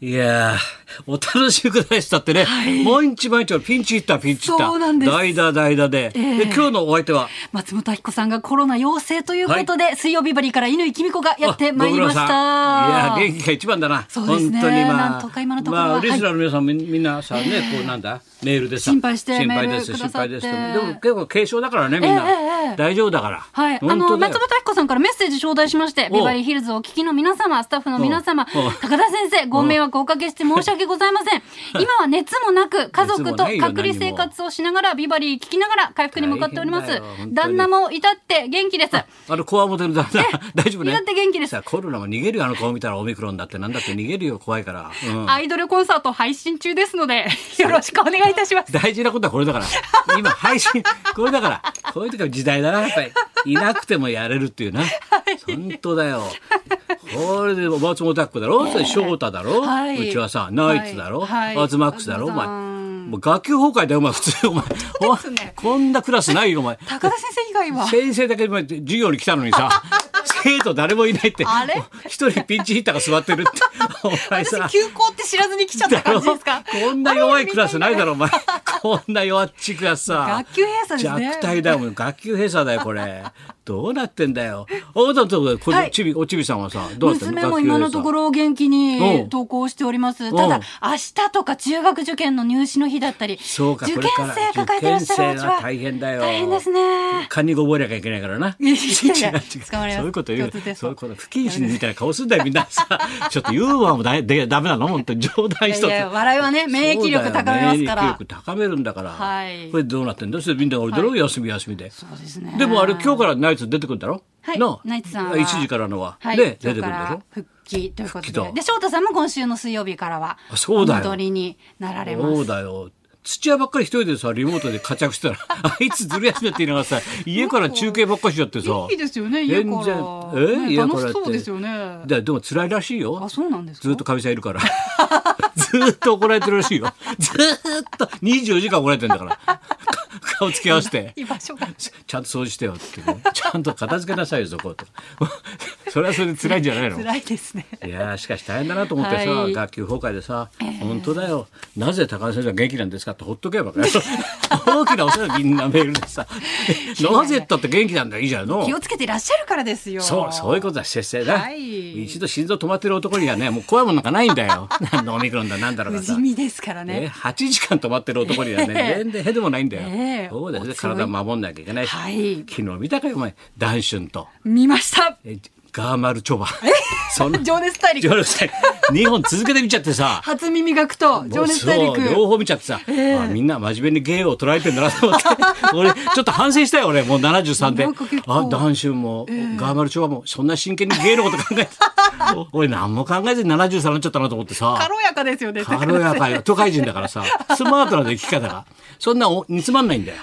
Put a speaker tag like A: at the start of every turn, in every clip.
A: いやー、お楽しみくださいったってね、
B: はい
A: 毎日毎日ピンチヒッター、ピンチヒッター。
B: そうなんです
A: 代打、代打で。
B: ええ
A: で今日のお相手は、
B: 松本明子さんがコロナ陽性ということで、水曜日バリーから乾きみ子がやってまいりました。
A: あご苦労さんいや、元気が一番だな。
B: そうですね
A: 本当にまあ。
B: なんとか今のところは
A: まあ、
B: はい
A: リスナーの皆さん、みみんなさ、ね、こうなんだ、メールでさ。
B: 心配して
A: 心配です、
B: メー
A: 心
B: ルくださっ
A: 配
B: て
A: です。でも結構軽症だからね、みんな。
B: ええええ
A: 大丈夫だから。
B: はい、あ
A: 本
B: の
A: 当だ
B: 松
A: よ
B: 本明子さんからメッセージ頂戴しまして
A: おう
B: ビバリーヒルズをお聞きの皆様スタッフの皆様
A: おうおう
B: 高田先生ご迷惑をおかけして申し訳ございませ ん今は熱もなく家族と隔離生活をしながらビバリー聞きながら回復に向かっておりま
A: 大
B: す
A: 変だよ本当に
B: 旦那も至って元気です
A: あの、コアモデルだ。大丈夫ね。
B: だって元気です
A: さあ、コロナも逃げるよ、あの顔見たらオミクロンだって。なんだって逃げるよ、怖いから。うん
B: アイドルコンサート配信中ですのでよろしくお願いいた します
A: 大事なことはこれだから。今、配信、これだから。こういう時は時代だな、やっぱり。いなくてもやれるっていうな。本当だよ。これで、松本拓だろ、それ翔太だろ、
B: はいう
A: ちはさ、ナイツだろ、
B: はい
A: アズマックスだろ、お
B: う
A: 前。
B: ん
A: もう学級崩壊だよ、お前、普通、お前。
B: ですね
A: おこんなクラスないよ、お 前。
B: 高田先生以外は
A: 先生だけ今授業に来たのに さ生徒誰もいないって
B: あれ
A: 一人ピンチヒッターが座って るってお前
B: 私
A: さ
B: 休校って知らずに来ちゃった感じで すか
A: だろこんな弱いクラスないだろお前こんな弱っちいクラスさ
B: 学級閉鎖ですね
A: 弱体だよもう学級閉鎖だよこれどうなってんだよおだとこ
B: はい
A: れちびおちびさんはさどうなってんの
B: 娘も今のところ元気に
A: うん
B: 登校しております。
A: ん
B: ただ、明日とか中学受験の入試の日だったり、
A: そうか
B: 受
A: これ
B: 験
A: から
B: 生抱えてらっしゃるお家
A: 受験生
B: は
A: は大変だよ
B: 大変ですね。
A: カニが覚えなきゃいけないからな。
B: いやいやいや
A: 違う違う
B: 捕まります
A: そういうこと言う
B: 共通。点
A: そういうこと、不謹慎みたいな顔すんだよ、みんなさ。ちょっとユーモアもだでダメなの本当に冗談一つ。
B: いやいや笑いはね免疫力高めますか
A: そ
B: ら
A: うだよ免疫力高めるんだから。
B: はい
A: これどうなってんだそれみんな俺だろ休み休みで。
B: そうですね。
A: でもあれ今日からナイツ出てくるんだろ
B: はい
A: なあ
B: ナイツさんは
A: 1時からのは。
B: はい、
A: で、
B: 今
A: 出
B: 日
A: てく
B: か
A: るんでし
B: ら
A: ょ
B: 復帰ということ
A: 復帰だ
B: で。で、翔太さんも今週の水曜日からは、
A: あそうだよ
B: 戻りになられま
A: そ
B: す
A: う。だよ。土屋ばっかり一人でさ、リモートで活躍してた ら、あいつずる休みって言いながらさ、家から中継ばっかりしちゃってさ。
B: いいですよね、家
A: 全
B: か
A: 然
B: ら。
A: え
B: ね
A: 家から
B: 楽し
A: っ
B: そう
A: て
B: ですよね。あ、
A: ででも辛いらしいよ。
B: そうなんですか
A: ずっとかみさんいるから。 ずっと怒られてるらしいよ。ずっと24時間怒られてんだから。か顔つき合わせて。
B: 居場所 が。
A: ちゃんと掃除してよってね、 ちゃんと片付けなさいよ、そことか。 それはそれで辛いんじゃないの
B: 辛いですね。
A: いやーしかし大変だなと思ってさ、
B: はい
A: 学級崩壊でさ、本当だよなぜ高田先生は元気なんですかってほっとけばね 大きなお世話みんなメールで さ「なぜったって元気なんだよいいじゃんの」
B: 気をつけていらっしゃるからですよ。
A: そう、そういうことだ、節制だ。
B: はい
A: 一度心臓止まってる男にはね、もう怖いものなんかないんだ よ。何のオミクロンだ、なんだろう
B: 不
A: がさ
B: 死。身ですからね。
A: ね、8時間止まってる男には ね、全然へでもないんだよ。
B: ええ
A: そうだよね、
B: お強い
A: 体守んなきゃいけないし。
B: はい
A: 昨日見たかよ、お前、ダンシュンと、
B: 見ました
A: えガーマルチョバ。 その、
B: 情熱大陸
A: 16歳、2本続けて見ちゃってさ。
B: 初耳学と 情熱大陸
A: そう両方見ちゃってさ、あみんな真面目に芸を捉えてんだなと 思って俺ちょっと反省したよ俺もう73で
B: なんか結構
A: あ男春も、ガーマルチョはもうそんな真剣に芸のこと考えて 俺何も考えずに73になっちゃったなと思ってさ
B: 軽やかですよね
A: 軽やかよ都会人だからさスマートな生き方がそんなお煮詰まんないんだよ。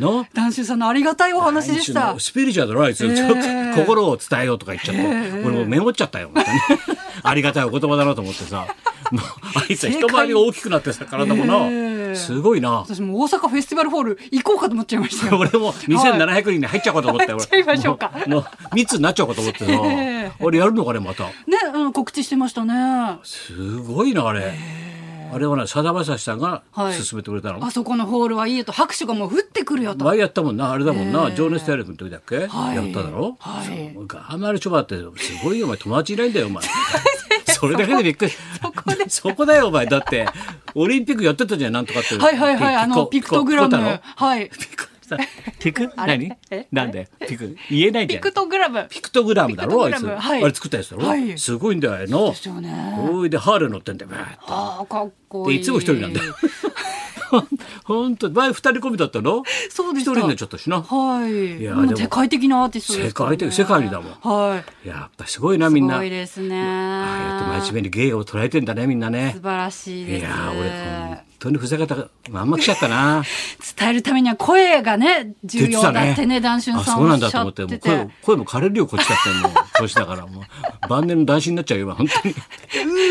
A: の
B: 男子さんのありがたいお話でした
A: スピリチュアルだなあいつ、ちょっと心を伝えようとか言っちゃって、俺もうメモっちゃったよ、本当に ありがたいお言葉だなと思ってさもうあいつは一回り大きくなってさ体もな、
B: ええ
A: すごいな
B: 私もう大阪フェスティバルホール行こうかと思っちゃいました よ
A: 俺も2700人に入っちゃおうかと思って、
B: 入
A: 俺
B: っちゃいましょうか
A: もうもう密になっちゃおうかと思ってさ、
B: え
A: 俺やるのかねまた
B: ね、うん、告知してましたねあ
A: すごいなあれ、あれはなさだまさしさんが
B: はい
A: 勧めてくれたの、
B: そこのホールはいいよと拍手がもう降ってくるよと
A: 前やったもんなあれだもんな、情熱大陸の時だっけ、
B: はい
A: やっただろ、
B: はい
A: そうガーマルチョバってすごいよお前友達いないんだよお 前それだけでびっくりそこだよお前だってオリンピックやってたじゃんなんとかって
B: はいはいはいあのピクトグラム
A: ピコ太郎
B: はい
A: ピクさ ピク
B: あれ
A: 何
B: え
A: なんでピク言えないじ
B: ピ
A: ゃんピ
B: クトグラム
A: クトグラムだろあい
B: ピク
A: つ、
B: トグラムはい
A: あれ作ったやつだろ、
B: はい
A: すごいんだよあれの
B: ですよね
A: おいでハーレー乗ってんだよバーッと
B: ああかっこ
A: で
B: いい
A: いつも一人なん だよ本当前二人込みだったの
B: そうで
A: 一
B: した
A: 人になっちゃったしな
B: はい
A: いや
B: も
A: で
B: う
A: も
B: 世界的なアーティストですから、ね、
A: 世界的世界にだもん
B: はい
A: やっぱすごいなみんな
B: すごいですね
A: ああやって真面目に芸を捉えてんだねみんなね
B: 素晴らしい
A: い
B: です
A: やー俺本当にふざけたまんま来ちゃったな
B: 伝えるためには声がね
A: 言
B: 重
A: って
B: 要
A: た
B: だってね談春さ
A: あ
B: ん
A: そう
B: お
A: な
B: っ
A: んだ
B: し
A: と
B: ゃ
A: 思っ
B: ってて
A: もう
B: て
A: 声も声も枯れるよこっちだってもう年だからもう晩年の男子になっちゃうよ今本当に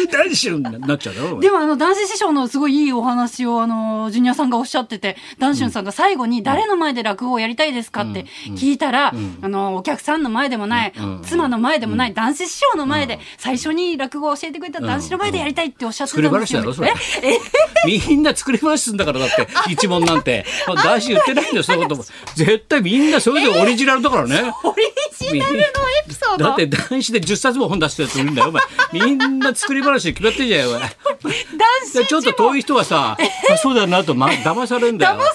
B: う
A: 男子になっちゃうだろお前
B: でもあの男子師匠のすごいいいお話をあのジュニアさんがおっしゃってて男子さんが最後に誰の前で落語をやりたいですかって聞いたら、
A: ん
B: あのお客さんの前でもない、
A: うん
B: 妻の前でもない、男子師匠の前で、最初に落語を教えてくれた男子の前でやりたいっておっしゃってたんですよ、
A: うんうん作り
B: え
A: 話 みんな作り話すんだからだって一問なんて男子言ってないんだよそういうことも絶対みんなそれぞれオリジナルだからね
B: オリジナルのエピソード
A: だって男子で10冊も本出してるやつもいるんだよお前みんな作り話で決まってんじゃんよお前
B: 男子
A: ちょっと遠い人は さあそうだなと、ま、騙されんだよ
B: 騙されま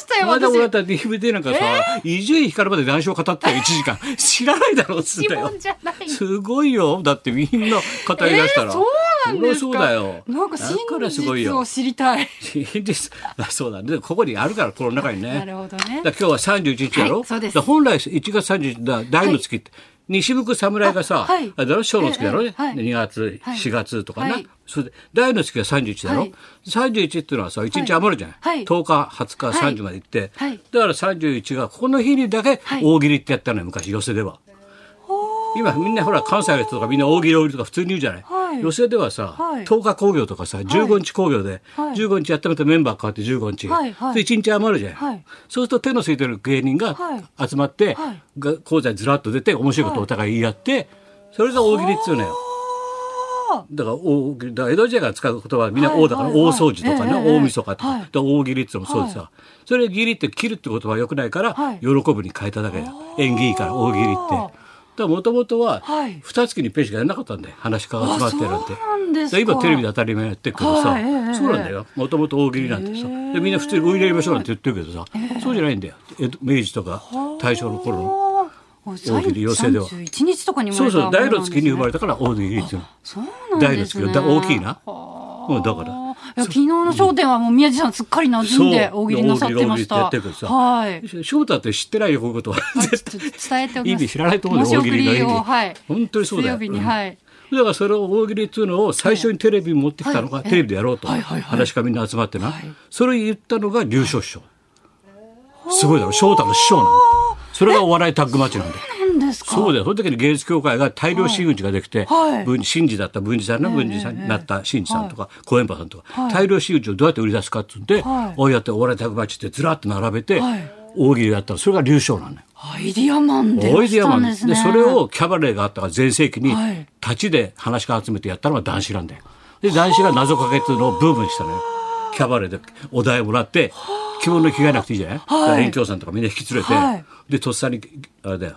B: したよ
A: まだ
B: 私
A: 俺だったら DVD なんかさ伊集院光まで談笑語ったよ1時間知らないだろうっつっ
B: 一
A: たよ
B: 問じゃない
A: すごいよだってみんな語り出したら、
B: えーそうなん
A: そり
B: ですか
A: ゃそうだよ
B: なんか真
A: からすごい
B: 実
A: よ
B: を知りたい
A: 真実あそうだねここにあるからこの中にね
B: なるほどね
A: だから今日は三十一日やろ。
B: はいそうです
A: だから本来一月三十日だ大の月って、西福侍がさ、
B: あはい
A: あれだろ小の月だろ
B: ええ
A: ね。
B: はい
A: 二、月
B: はい
A: 四月とかな。
B: はい
A: それで大の月が三十一だ
B: は
A: ろ
B: い。
A: 三十一っていうのはさ一日余るじゃ
B: は
A: ない。
B: い
A: 十、日二十日三十まで行って、
B: はい
A: だから三十一がこの日にだけ
B: はい
A: 大喜利ってやったのよ昔寄席では。今みんなほら関西の人とかみんな大喜利大喜利とか普通に言うじゃない、
B: はい
A: 寄席ではさ、
B: はい
A: 10日興行とかさ15日興行で、
B: はい
A: 15日やっためたメンバー変わって15日、
B: はいはい
A: で1日余るじゃない、
B: はい
A: そうすると手のついてる芸人が
B: は
A: 集まって、
B: はい
A: が講座にずらっと出て面白いことをお互い言い合って、それが大喜利っつうのよ。だから大喜利だから江戸時代から使う言葉はみんな
B: はい
A: 大だから
B: はいはい
A: 大掃除とかね、
B: ええええ
A: 大晦日とか,、
B: はい
A: 大喜利っつうのもそうでさ、
B: は
A: それ義理って切るって言葉は良くないから、
B: はい
A: 喜ぶに変えただけだよ縁起いいから大喜利って。だからもともとは
B: はい
A: 二月にペーしかやらなかったんで話家が集まってなんて
B: あそうなんですか
A: で今テレビで当たり前やってるけどさ、
B: はいええええ
A: そうなんだよもともと大喜利なんてさ、でみんな普通に大喜利やりましょうなんて言ってるけどさ、そうじゃないんだよ江戸明治とか大正の頃の
B: 大
A: 大喜利寄席では
B: 31日とかに生ま
A: そ
B: れ
A: うそ
B: たもの
A: う
B: なん
A: 大の
B: です
A: 月
B: ね
A: に生まれたから大喜利っていうの
B: そうなんです
A: 大の
B: ね
A: 月が大きいな
B: はあ
A: うんだから
B: いや昨日の商店はもう宮地さんすっかり馴染んで
A: そう
B: 大喜利なさってました
A: 大喜利大喜利ってやってるけどさ
B: はい
A: 翔太って知ってないよこういうことは 絶
B: ちょ
A: 対
B: っと伝えておき
A: 意
B: ます
A: 味知らないと思う
B: 申し
A: よ大
B: 送
A: 喜利の意
B: り
A: 味
B: をはい
A: 本当にそうだよ
B: 水曜日に
A: うん
B: はい
A: だからそれを大喜利っていうのを最初にテレビに持ってきたのが
B: はい
A: テレビでやろうと
B: はいはいはい
A: 話がみんな集まってな
B: はい
A: それを言ったのが龍翔師匠すごいだろ翔太の師匠なんだよそれがお笑いタッグマッチなんだよ
B: なんですか
A: そうだよその時に芸術協会が大量真打ちができて、
B: はいはい
A: 文神事だった文治さんの文治さんになった真治さんとか小円波さんとか、大量真打ちをどうやって売り出すかっつって、
B: はい
A: こうやってお笑い宅配地ってずらっと並べて、
B: はい
A: 大喜利やったのそれが流暢なのよ。
B: アイディアマンで
A: 大喜利
B: した
A: 山
B: ん
A: で
B: ですね
A: それをキャバレーがあったから全盛期に
B: はい
A: 立ちで話家集めてやったのが男子なんだよ。で男子が謎かけっていうのをブームにしたのよ。キャバレーでお題もらって着物に着替えなくていいじゃない、
B: はい
A: だから遠京さんとかみんな引き連れて、
B: はい
A: でとっさにあれだよ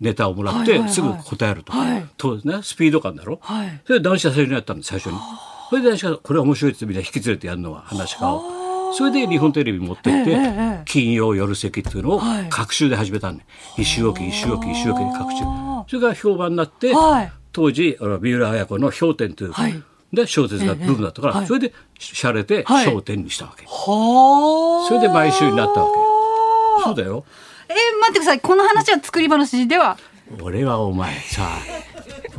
A: ネタをもらっ
B: はいはいは
A: て
B: い
A: すぐ答えると、
B: はい
A: とね、スピード感だろ、
B: はい
A: それで男子が最初にやったの最初にそれで男子がこれは面白いってみんな引き連れてやるのは話家をそれで日本テレビに持ってって、
B: ええええ
A: 金曜夜席っていうのを
B: はい
A: 各週で始めたんね、一周おき一周おき一周おきで各週それが評判になって、
B: はい
A: 当時あの三浦綾子の「氷点」という、
B: はい
A: で小説がブームだったから、
B: ええはい
A: それでしゃれて「
B: はい
A: 笑点」にしたわけ、
B: はあ
A: それで毎週になったわけそうだよ
B: えー待ってくださいこの話は作り話では
A: 俺はお前さ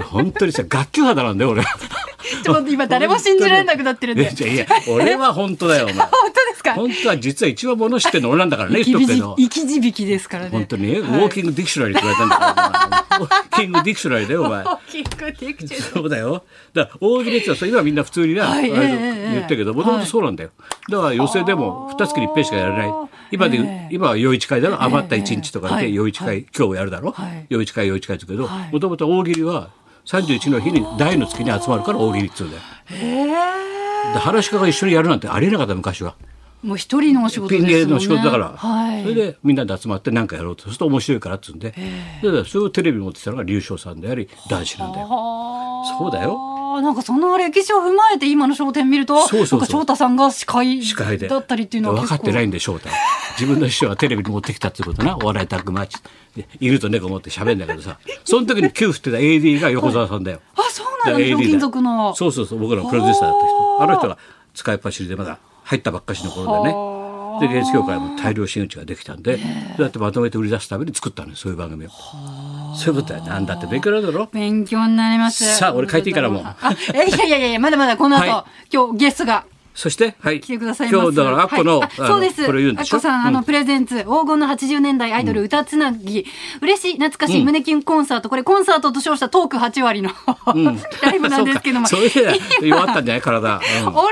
A: 本当にさ学級派なんだよ俺は
B: ちょっと待って今 誰も信じられなくなってるん
A: い
B: で
A: やいやいや俺は本当だよお前
B: あ本当ですか
A: 本当は実は一番物知ってんの俺なんだからね
B: 生き
A: 言っとくけ
B: 字
A: ど
B: 生き字引きですからね
A: 本当に、ウォーキングディクショナリーって言われたんだからお前ウォーキングディクショナリーだよお前
B: 大きくできちゃ う
A: そうだよ。だから大喜利ってのはそう今みんな普通にな、
B: はい
A: あれ
B: ええ
A: 言ったけど、もともとそうなんだよ。だから寄席でも二月に一遍しかやらない。今で、
B: ええ
A: 今は余一会だろ、余った一日とか
B: は
A: で
B: い
A: 余一会、
B: はい
A: 今日やるだろ、
B: はい
A: 余一会余一会って言うけど、
B: はい
A: もともと大喜利は31の日に大の月に集まるから大喜利っつうんだよ。
B: へえ
A: で、話し家が一緒にやるなんてありえなかった昔は。
B: もう一人のお仕事
A: ピ
B: です
A: ン
B: も
A: 芸の
B: んね
A: 仕事だから、
B: はい
A: それでみんなで集まって何かやろうとそうすると面白いからっつうんで、だからそれをテレビに持ってきたのが龍翔さんであり男子なんだよ。
B: はあ
A: そうだよ
B: なんかその歴史を踏まえて今の商店見ると
A: そうそうそう
B: なんか翔太さんが司会
A: 司会で
B: だったりっていうのは
A: 分
B: 結
A: か
B: 構
A: ってないんで翔太自分の師匠がテレビに持ってきたってことなお笑いタッグマッチで犬と猫持って喋るんだけどさその時に給付ってた AD が横澤さんだよ、
B: あそうなのひょうきん族の
A: そうそうそう僕らのプロデューサーだった人あの人が使いっ走りでまだ入ったばっかしの頃で
B: は
A: ねで芸術協会も大量真打ちができたんでそうやってまとめて売り出すために作ったのよそういう番組をそういうことやなんだって勉強になるだろ
B: 勉強になります
A: さあ俺帰っていいからもう
B: あえいやいやいやまだまだこの後、
A: は
B: 今日ゲストが
A: そして、はい。
B: 来てくださいます。
A: 今日だから、アッコの、
B: はいあそうです。
A: これ言うんでしょ
B: アッコさん、あの、プレゼンツ、黄金の80年代アイドル歌つなぎ、嬉しい、懐かしい、胸キュンコンサート、これコンサートと称したトーク8割の ライブなんですけども。
A: そうかそれで弱ったんじゃない体。
B: オン ライン配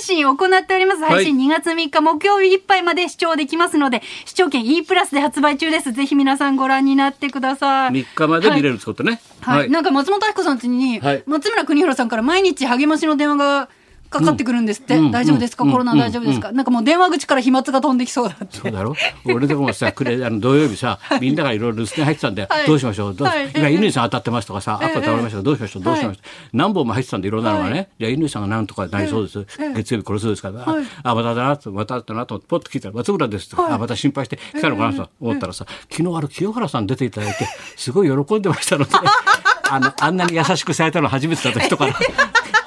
B: 信を行っております。配信2月3日木曜日いっぱいまで視聴できますので、視聴券 E プラスで発売中です。ぜひ皆さんご覧になってくださ
A: う
B: い。
A: ん。3日まで見れるってことね。
B: はい。なんか松本明子さんちに、
A: はい
B: 松村邦弘さんから毎日励ましの電話がかかってくるんですって。
A: うん
B: 大丈夫ですか、
A: うん
B: コロナ大丈夫ですか、なんかもう電話口から飛沫が飛んできそうだって。
A: そうだろ俺でもさくれあの土曜日さみんながいろいろ留守電入ってたんで、
B: はい
A: どうしましょうどうし
B: はい
A: 今乾さん当たってますとかさ、あと倒れましたどうしましょうどうしましょう、
B: はい
A: 何本も入ってたんでいろんなのがね、
B: は
A: じゃあ乾さんがなんとかなりそうです、
B: ええ
A: 月曜日殺すですから、
B: はい
A: あまただなとまただなと思ってポッと聞いたら松村ですとか、
B: はい
A: あまた心配して来たのかなと思ったらさ、昨日あの清原さん出ていただいて すごい喜んでま したのであのあんなに優しくされたの初めてだった人から。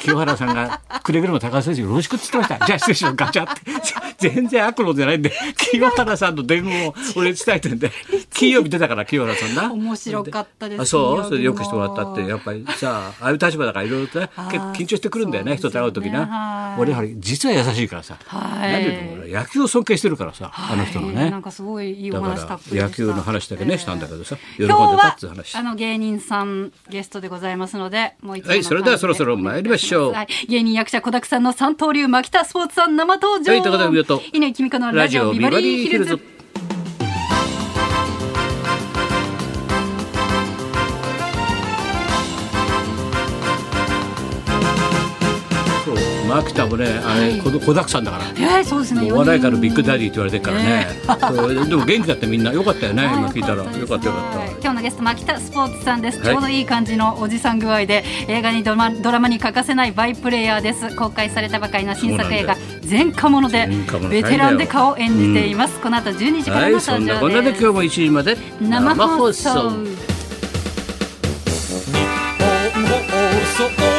A: 清原さんがくれぐれも高橋選手よろしくって言ってました。じゃあ失礼します。ガチャって。全然悪路じゃ ないんで、清原さんの伝言を俺伝えてんで、金曜日出たから清原さんな。
B: 面白かったです
A: あそうそれ
B: 金
A: でよ
B: 曜日
A: く
B: も
A: してもらったって、やっぱりさ、ああいう立場だからいろいろとね、
B: あー
A: 結構緊張してくるんだよね、
B: そう
A: 人
B: です
A: と会
B: よね
A: う時な
B: は。い
A: 俺、はり実は優しいからさ。
B: はい
A: 何よりも俺野球を尊敬してるからさ、あの人の
B: はい
A: ね
B: なん。かすごいいい
A: だ
B: お
A: か
B: 話たっ
A: ら
B: ぷりで
A: 野
B: した
A: 球の話だけね、したんだけどさ、喜んで
B: 今日
A: た
B: は
A: っていう話
B: あ。の芸人さんゲストでございますのでもう一
A: はいそれではそろそろ参りましょう
B: 芸人役者子沢さんの三刀流牧田スポーツさん生登場
A: はい高田文夫と
B: 稲木美香のラジオビバリーヒルズ
A: そうマキタもねあれ、
B: はい
A: この子だくさんだから
B: えー、そうですね
A: お笑いからビッグ
B: デ
A: ダディって言われてるからねそうでも元気だったみんなよかったよ ね今聞いたらよかったよかった
B: 今日のゲスト牧田スポーツさんです、
A: はい
B: ちょうどいい感じのおじさん具合で映画にドラマドラマに欠かせないバイプレイヤーです公開されたばかりの新作映画
A: そう
B: 「前科者」で
A: 前科者
B: ベテランで顔を演じています、この後12時か
A: は
B: らの
A: いそ
B: 登
A: んなこん
B: 場
A: なで今
B: です、
A: 日も1時まで
B: 生放送
A: 生放送
C: 放送